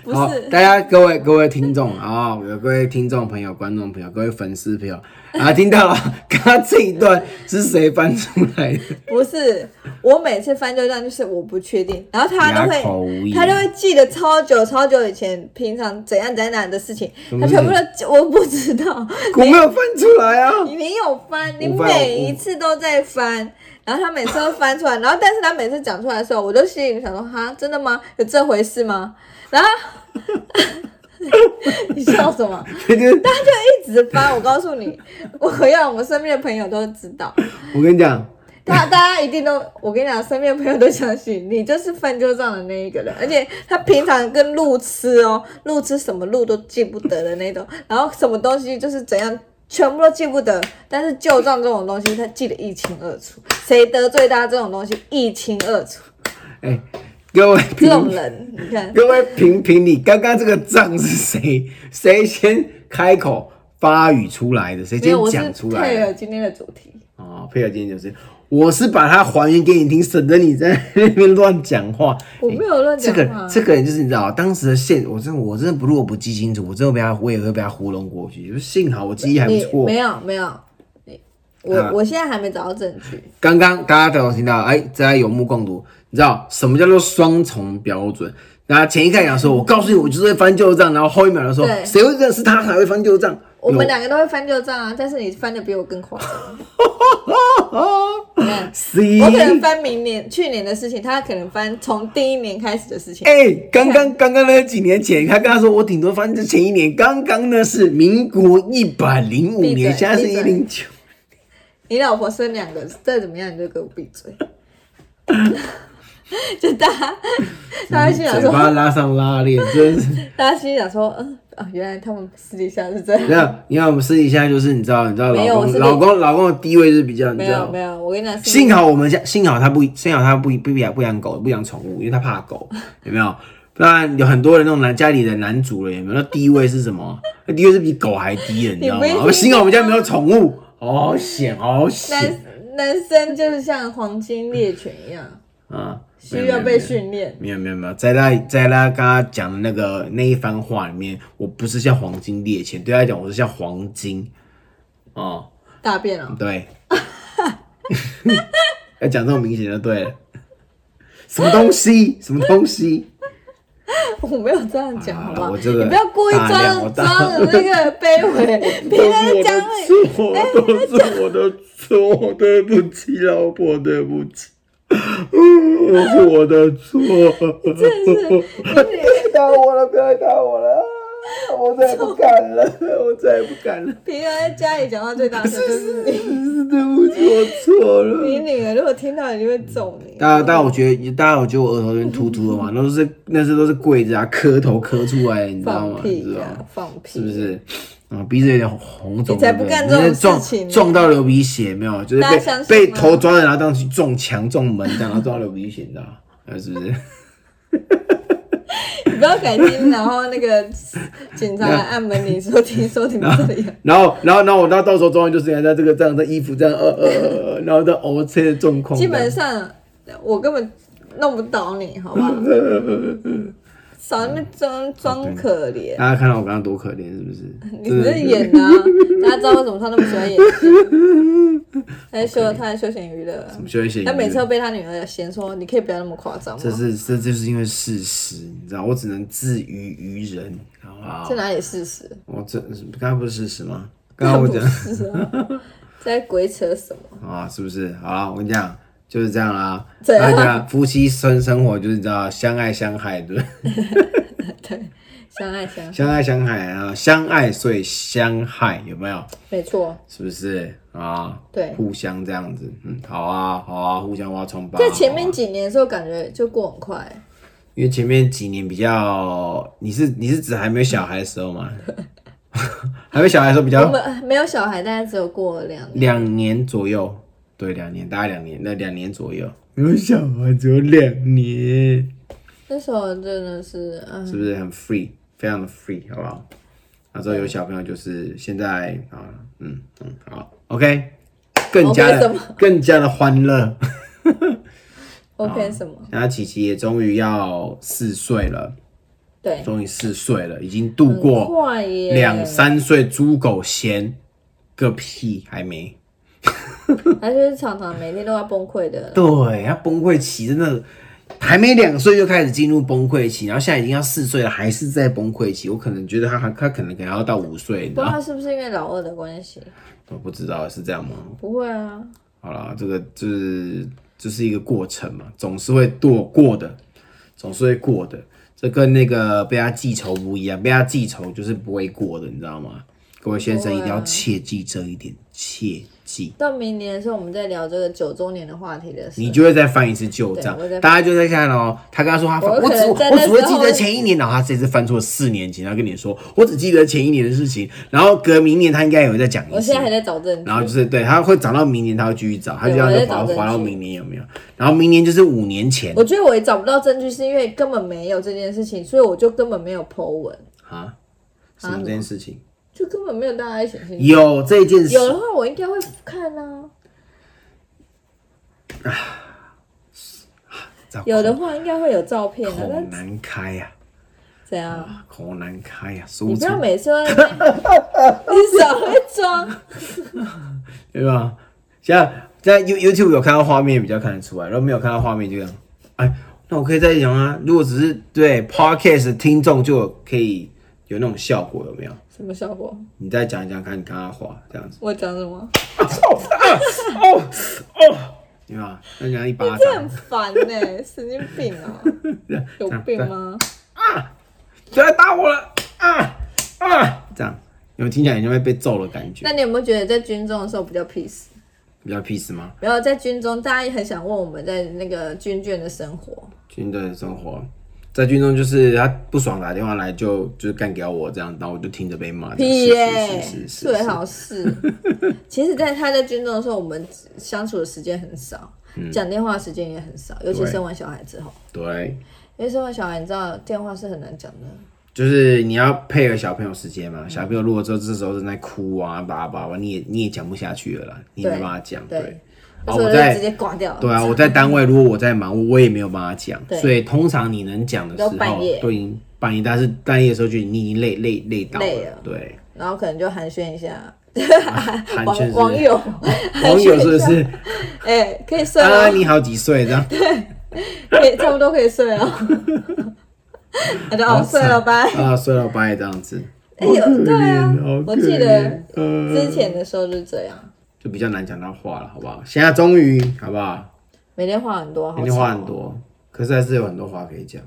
不好是大家各位各位听众啊、有各位听众朋友、观众朋友、各位粉丝朋友啊，听到了，刚刚这一段是谁翻出来的？不是，我每次翻旧账就是我不确定，然后他都哑口无会，言他都会记得超久超久以前平常怎样怎样的事情，么他全部都记我不 知道。我没有翻出来啊！你你有翻，你我翻每一次都在翻，然后他每次都翻出来，然后但是他每次讲出来的时候，我都心里想说，哈，真的吗？有这回事吗？然后 你笑什么？就是他就一直翻，我告诉你，我要我们身边的朋友都知道。我跟你讲，大大家一定都，我跟你讲，身边朋友都相信你就是翻旧账的那一个人，而且他平常跟路痴哦，路痴什么路都记不得的那种，然后什么东西就是怎样。全部都记不得，但是旧账这种东西他记得一清二楚，谁得罪他这种东西一清二楚。哎、各位这种评人，你 看，各位评评理，刚刚这个账是谁谁先开口发语出来的？谁没先有，我是讲出来配的？合今天的主题。哦，配合今天就是，我是把它还原给你听，省得你在那边乱讲话。哎我没有乱这讲个话这个人就是你知道，当时的现，我真的我真的不如果不记清楚，我真的被他，我也会被他糊弄过去。就是幸好我记忆还不你错没。有没有，你我、啊我现在还没找到证据。刚刚大家都有听到，哎，大家有目共睹，你知道什么叫做双重标准？然后前一刻讲说，我告诉你，我就是会翻旧账，然后后一秒就说，对谁会认识他才会翻旧账？我们有两个都会翻旧账啊，但是你翻的比我更 夸张。你看，C，我可能翻明年、去年的事情，他可能翻从第一年开始的事情。哎、刚刚刚刚那几年前，他跟他说我顶多翻这前一年，刚刚那是民国一百零五闭嘴年，现在是闭一嘴零九。你老婆生两个，再怎么样你就给我闭嘴。 就大家，大家心想嘴巴说，拉上拉链，真是。 大家心想说，嗯啊，原来他们私底下是 这样。那你看我们私底下就是你知道，你知道老没有我公是老公老公的地位是比较，你没知有道没。有，我跟你讲，是幸好我们家，幸好他不，幸好他不不养不养狗，不养宠物，因为他怕狗，有没有？不然有很多人那种男家里的男主人，有没有？那地位是什么？那地位是比狗还低的，你知道你不一吗？定我幸好我们家没有宠物，好险，好险男男生就是像黄金猎犬一样，啊！没有需要没有被训练。没有没有没有，在他在他刚刚讲的那个那一番话里面，我不是像黄金猎犬，对他来讲我是像黄金，哦，大便了、对， 要讲这么明显就对了，什么东西，什么东西， 我没有这样讲，好好啦不好？啊我这个你不要故意大量我装大装的那个卑微， 别都人讲你。是我的错，都是我的错，对不起，老婆，对不起，都嗯是我的错。真的是别打我了，不要再打我了，我再也不敢了，我再也不敢了。平常在家里讲话最大声就是你， 对不起，我错你了。女儿如果听到，你就会揍你。大家，大家，我觉得，大家，我觉得我额头有点突突的嘛，那都是那是都是跪着啊，磕头磕出来的，你知道吗放？你知屁道呀、吗？放屁！啊是不？是？啊，鼻子有点红肿，你才对不对干这种你是撞事情呢撞到流鼻血没有？就是大家相被信被吗头抓着，然后这样去撞墙、撞门，这样然后撞到流鼻血，你知道吗？啊是不是？你不要改天，然后那个 警察来按门铃说：“听说你们这里有啊然后，然后，然后我到到时候撞完就是人家这个这样的衣服这样，呃呃呃，呃然后这凹车的状况，基本上我根本弄不倒你，好吧？ 少在那边装装可怜，大家看到我刚刚多可怜，是不是？你真的这是演的、啊，大家知道为什么他那么喜欢演戏？他在休，他在休闲娱乐。我休息一下啊他每次都被他女儿嫌说：“你可以不要那么夸张这吗是这就是因为事实，你知道，我只能自娱于人，好不？”好这？哪里事实？我这刚刚不是事实吗？刚刚我讲不。是啊，在鬼扯什么？啊，是不是？好啦，我跟你讲，就是这样啦。 怎大样家夫妻生生活就是你知道相爱相害，对 不对，对，相爱相杀，相爱相害啊，然后相爱所以相害，有没有？没错。是不是啊？对互相这样子，嗯，好啊，好啊，互相挖疮疤。在前好面啊，几年的时候，感觉就过很快。因为前面几年比较，你是你是指还没有小孩的时候吗？ 还没小孩的时候比我较们没有小孩，大概只有过了两年。两年左右，对，两年，大概两年，那两年左右。没有小孩只有两年。那时候真的是，嗯，是不是很 free，非常的 free，好不好？那之后有小朋友就是现在啊，嗯嗯，好，OK，更加 OK 什的么更加的欢乐。啊 OK 什么？然后琪琪也终于要四岁了，对，终于四岁了，已经度很过快耶，两，三岁猪狗嫌个屁还没。他就是常常每天都要崩溃的。对，啊他崩溃期真的还没两岁就开始进入崩溃期，然后现在已经要四岁了，还是在崩溃期。我可能觉得他还他可能可能要到五岁，你知不知道道？是不是因为老二的关系？我不知道是这样吗？不会啊，好啦，这个就是就是一个过程嘛，总是会过过的，总是会过的。这跟那个被他记仇不一样，被他记仇就是不会过的，你知道吗？各位先生一定要切记这一点，切记，到明年的时候，我们在聊这个九周年的话题的时候，你就会再翻一次旧账对我再。翻大家就在看哦，他刚刚说他翻，我我可只能在我那只会时记候得前一年，然后他这次翻错四年前，他跟你说我只记得前一年的事情，然后隔明年他应该也会再讲一次。我现在还在找证据然，后就是对，他会涨到明年，他会继续涨，他就对要我在滑找证滑到据明年有没有？然后明年就是五年前我觉得我也找不到证据，是因为根本没有这件事情，所以我就根本没有 po 文，啊，什么这件事情？就根本没有大家一起听。有这件事有，的话，我应该会看 啊。糟有的话应该会有照片口的，口那难开呀、怎样？啊，口难开呀、说你不不出要每次都在那边你少会装。对吧？像在 You YouTube 有看到画面比较看得出来，如果没有看到画面就这样，哎，那我可以再讲啊。如果只是对 Podcast 的听众就可以有那种效果，有没有？什么效果？你再讲一讲看，你看他画这样子，我讲什么？对吧？再讲一巴掌，这很烦呢、神经 病啊！有病吗？不啊要再打我了啊啊！这样有没有听起来你就会被揍的感觉那，你有没有觉得在军中的时候比较 peace？比较 peace 吗？没有，在军中大家也很想问我们在那个军眷的生活。军队的生活，在军中就是他不爽打电话来就就是干掉我这样，然后我就听着被骂。屁这耶、样是是是是是，最好 是。其实，在他在军中的时候，我们相处的时间很少，讲、电话的时间也很少，尤其嗯对生完小孩之后，对，因为生完小孩，你知道电话是很难讲的。就是你要配合小朋友时间嗯嘛。小朋友如果说这时候正在哭啊、叭叭叭，你也你也讲不下去了啦，你也没对办法讲。对对，那啊，时候我就直在接挂掉了。对啊，我在单位，如果我在忙，我也没有办法讲。对所以通常你能讲的时都候，半夜都已经半夜，但是半夜的时候就你已经累累累到累了对，然后可能就寒暄一下，寒暄是网不网是 友，网友是不是？哎、可以睡啊，了，你好几岁这样？ 可以差不多可以睡了。哦那就哦，睡了，拜。啊，睡了拜这样子。哎呦，对好可啊怜好，我记得可怜之前的时候就是这样，就比较难讲到话了，好不好？现在终于好不好？每天话很多，好每天话吵很多，可是还是有很多话可以讲。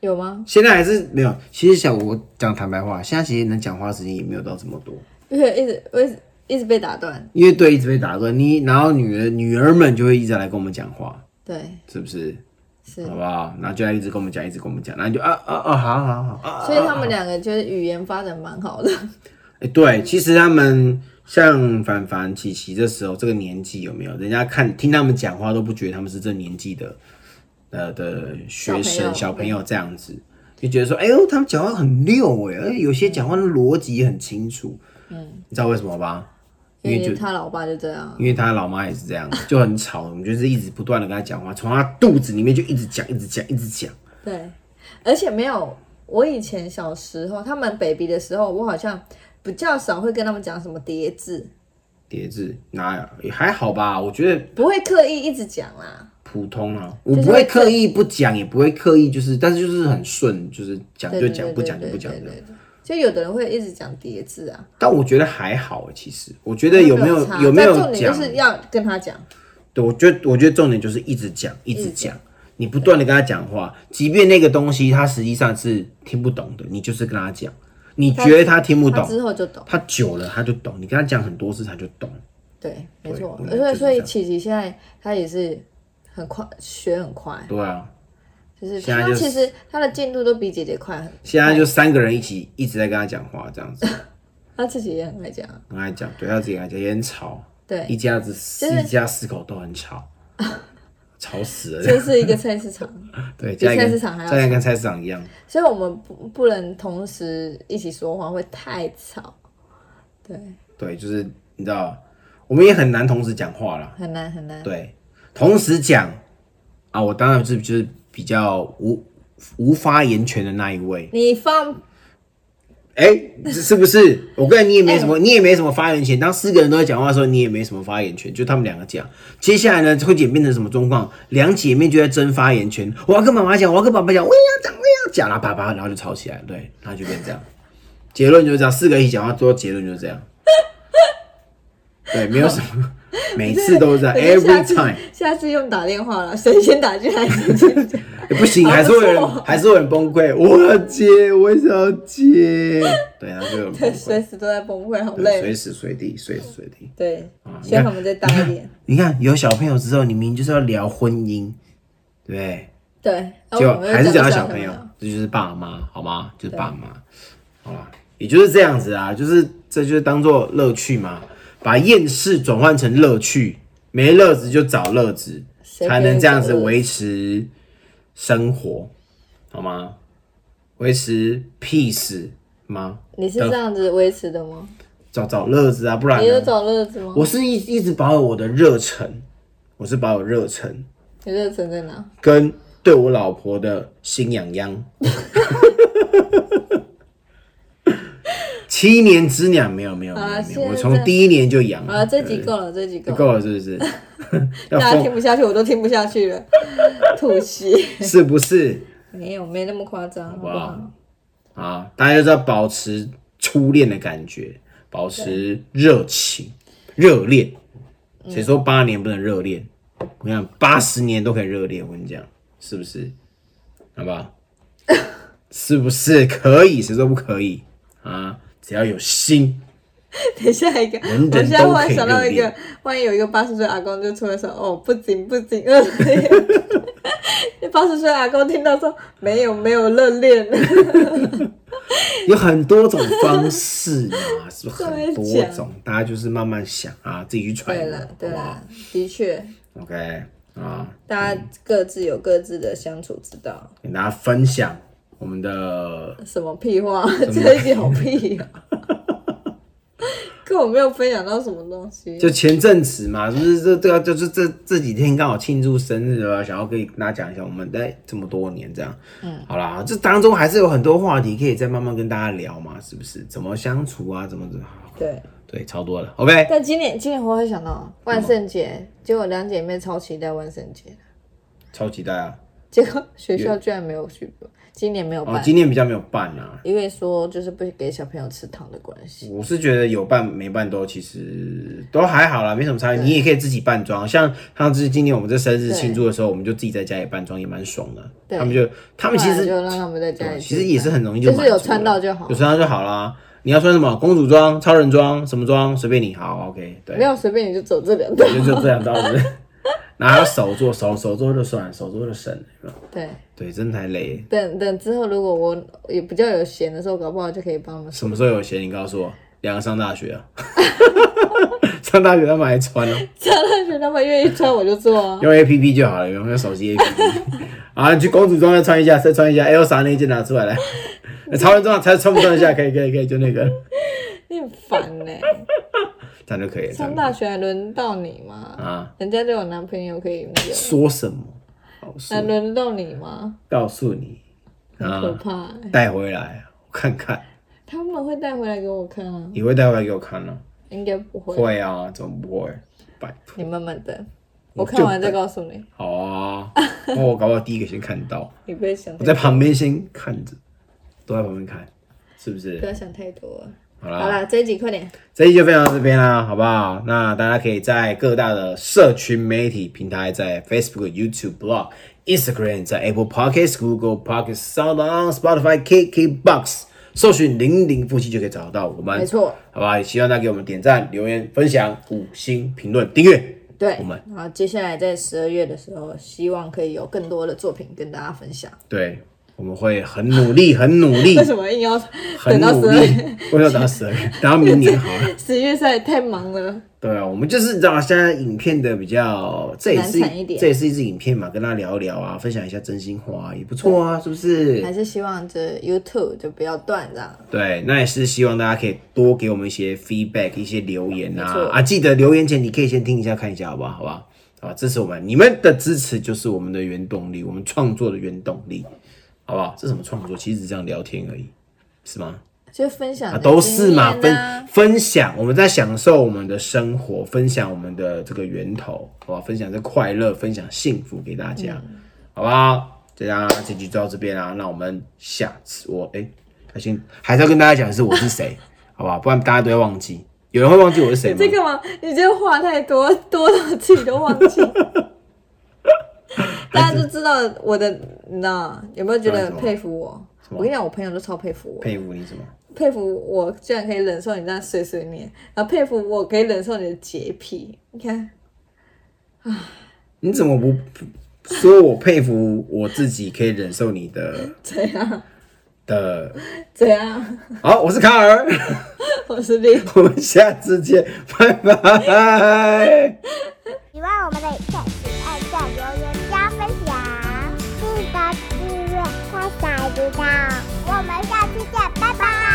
有吗？现在还是没有。其实想我讲坦白话，现在其实能讲话的时间也没有到这么多，因为一直我一直一直被打断，因为对一直被打断，你然后女儿女儿们就会一直来跟我们讲话，对，是不是？是好，不好？然后就来一直跟我们讲，一直跟我们讲，然后你就啊啊啊，好好好啊。所以他们两个就是语言发展蛮好的，哎、对，其实他们像凡凡、琪琪这时候这个年纪有没有？人家看听他们讲话都不觉得他们是这年纪的，呃的学小朋生友小朋友这样子，就觉得说，哎呦，他们讲话很溜哎，而且有嗯些讲话的逻辑也很清楚。嗯，你知道为什么吧？ 因因为为就他老爸就这样，因为他老妈也是这样，就很吵，我们就是一直不断的跟他讲话，从他肚子里面就一直讲，一直讲，一直讲。对，而且没有，我以前小时候他们 baby 的时候，我好像比较少会跟他们讲什么叠字，叠字哪有也还好吧？我觉得不会刻意一直讲啦。普通啊，我就是不会会刻意不讲，也不会刻意就是，但是就是很顺，就是讲对啊就对讲，对不讲就对不讲对这样对。对就有的人会一直讲叠字啊，但我觉得还好欸，其实我觉得有没有差有没但有重点讲就，是要跟他讲，对我觉得我觉得重点就是一直讲，一直讲，你不断的跟他讲话，即便那个东西他实际上是听不懂的，你就是跟他讲，你觉得他听不他懂，之后就懂。他久了他就懂，你跟他讲很多次他就懂。对，没对错。嗯所就以是所这以样琪琪现在他也是很快学很快，对啊，就是现在就他是其实他的进度都比姐姐快很，现在就三个人一起一直在跟他讲话，这样子他自己也很爱讲啊。很爱讲，对他自己跟他讲也很吵，一对，家子四、就是一家四口都很 吵，吵死了。就是一个菜市场，对，比家里菜跟市场还要家里跟菜市场一样，所以我们不不能同时一起说话，会太吵。对，对，就是你知道，我们也很难同时讲话啦。很难很难。对，同时讲啊，我当然是就是比较无无发言权的那一位。你放哎、是不是？我跟你也没什哎么，你也没什么发言权。当四个人都在讲话的时候，你也没什么发言权，就他们两个讲。接下来呢，会演变成什么状况？两姐妹就在争发言权。我要跟妈妈讲，我要跟爸爸讲，我也要讲，我也要讲，然后爸爸，然后就吵起来，对，然后就变这样。结论就是这样，四个一起讲话，最后结论就是这样。对，没有什 么，每次都是这样啊可是下，every 次 time。下次用打电话了，谁先打进来谁先 讲。欸不行，好不还是会有人错，还是会有人崩溃。我要接，我想要接。对，还是会有人崩对，溃随。时都在崩溃，好对，随累。时随地，随时随地。对， 啊希望他们再大 一点。你看，有小朋友之后，你明明就是要聊婚姻，对不对？对，那就哦我们又还是讲到小小朋友，这就是爸妈，好吗？就是爸妈，好吧，也就是这样子啊，就是这就是当做乐趣嘛，把厌世转换成乐趣，没乐子就找乐子，谁才给能你这样子找乐子维持生活，好吗？维持 peace 吗？你是这样子维持的吗？找找乐子啊，不然你有呢？找乐子吗？我是一一直保有我的热忱，我是保有热忱你热忱在哪？跟对我老婆的心痒痒。七年之痒，没有没有没好有啦没啊现有，在我从第一年就痒好了，了，这集够了，这集够对了，够了是不是？ 要大家听疯不下去，我都听不下 去了，吐血。是不是？没有，没那么夸张，好不哇好？啊，大家就是要保持初恋的感觉，保持热情、热恋。嗯谁说八年不能热恋？我跟你讲，八十年都可以热恋。我跟你讲，是不是？好不 好？是不是可以？谁说不可以啊？只要有心，等下一个，人人我现在忽都可然以想到热一个恋，万一有一个八十岁阿公就出来说：“哦，不仅不仅热恋。” 八十岁阿公听到说：“没有，没有热 恋。有很多种方式嘛， 是不是很这么多种讲？大家就是慢慢想啊，自己去”揣对摩，了，对好不了好，的确， ？OK 啊，大家各自有各自的相处之道。给大家分享我们的什么屁话？这一集好屁呀、跟我没有分享到什么东西。就前阵子嘛，就是这这个就是这这几天刚好庆祝生日啊，想要跟大家讲一下我们在这么多年这样，嗯，好啦，这当中还是有很多话题可以再慢慢跟大家聊嘛，是不是？怎么相处啊，怎么怎么，对，对，超多了，OK，但今年今年我会想到万圣节，结果两姐妹超期待万圣节。超期待啊！结果学校居然没有去，今年没有哦办，，今年比较没有办啊。因为说就是不给小朋友吃糖的关系。我是觉得有办没办都其实都还好啦，没什么差异。你也可以自己扮装，像像就是今年我们这生日庆祝的时候，我们就自己在家里扮装，也蛮爽的。对他们就他们其后来实就让他们在家对里吃饭，其实也是很容易就就满足是了有穿到就好有，穿到就好啦。你要穿什么？公主装、超人装，什么装随便你。好，OK，对没，有随便你就走这两段。就就这样到是不是。然后还有手做手手做就算了，手做就省了有没有。对，对，真的太累了。等等之后如果我也比较有闲的时候，搞不好就可以帮他们什么时候有钱？你告诉我。两个上大学啊， 上大学他们还穿哦、上大学他们愿意穿我就做 啊。用 A P P 就好了，用用手机 A P P。啊，你去公主装再穿一下，再穿一下 Elsa 那一件拿出来来。超人装才穿不穿得下，可以可以可以，就那个，你很烦呢、这样就可以了。这上样大学还轮到你吗？啊，人家都有男朋友可以那个，说什么？告诉还轮到你吗？告诉你很可啊，怕欸、带回来啊我看看，他们会带回来给我看啊？你会带回来给我看吗、应该不会。会啊，怎么不会？拜托，你慢慢等，我就看完再等告诉你。好啊，那我搞不好第一个先看到，你不要想我太啊在旁边先看着，都在旁边看，是不不是？要想太多了。好好啦。啦，这一集快点，这一集就分享到这边啦，好不好？那大家可以在各大的社群媒体平台，在 Facebook、YouTube、Blog、Instagram，在 Apple Podcasts、Google Podcasts、Sound On、Spotify、KKBox 搜寻“零零夫妻”就可以找到我们。没，错，好吧？也希望大家给我们点赞、留言、分享、五星评论、订阅。对我们。然后接下来在十二月的时候，希望可以有更多的作品跟大家分享。对，我们会很努力，很努力为，什么硬要很等到努十二力月？。 我要等到十二月，等到明年好了。十月实在太忙了，对啊，我们就是知道现在影片的比较，这也是难产一点这也是一支影片嘛，跟大家聊一聊啊，分享一下真心话、啊、也不错啊，是不还是？是希望这 YouTube 就不要断这样。对，那也是希望大家可以多给我们一些 feedback，一些留言没啊错啊，记得留言前你可以先听一下看一下，好不好？好不好？啊，支持我们，你们的支持就是我们的原动力，我们创作的原动力，好不好？这什么创作？其实只这样聊天而已，是吗？就分享、啊，都是嘛，分啊、分享，我们在享受我们的生活，分享我们的这个源头，好吧？分享这快乐，分享幸福给大家，嗯好不好？大家这集就到这边啦、那我们下次我哎，还先还是要跟大家讲的是我是谁， 好不好？不然大家都会忘记，有人会忘记我是谁吗？这干嘛？你这话太多， 多到自己都忘 记。哎大家都知道我的，你知道吗有没有觉知道得什么佩服我？我跟你讲，我朋友都超佩服我，佩服你什么？佩服我居然可以忍受你这样碎碎念，然后佩服我可以忍受你的洁癖。你看，你怎么不不说我佩服我自己可以忍受你的怎样？的？怎样？ 好，我是卡尔， 我是丽。我们下次见，拜拜。喜欢我们的影片，请按赞、留言、加分享，记得订阅，开小铃铛。我们下期见，拜拜。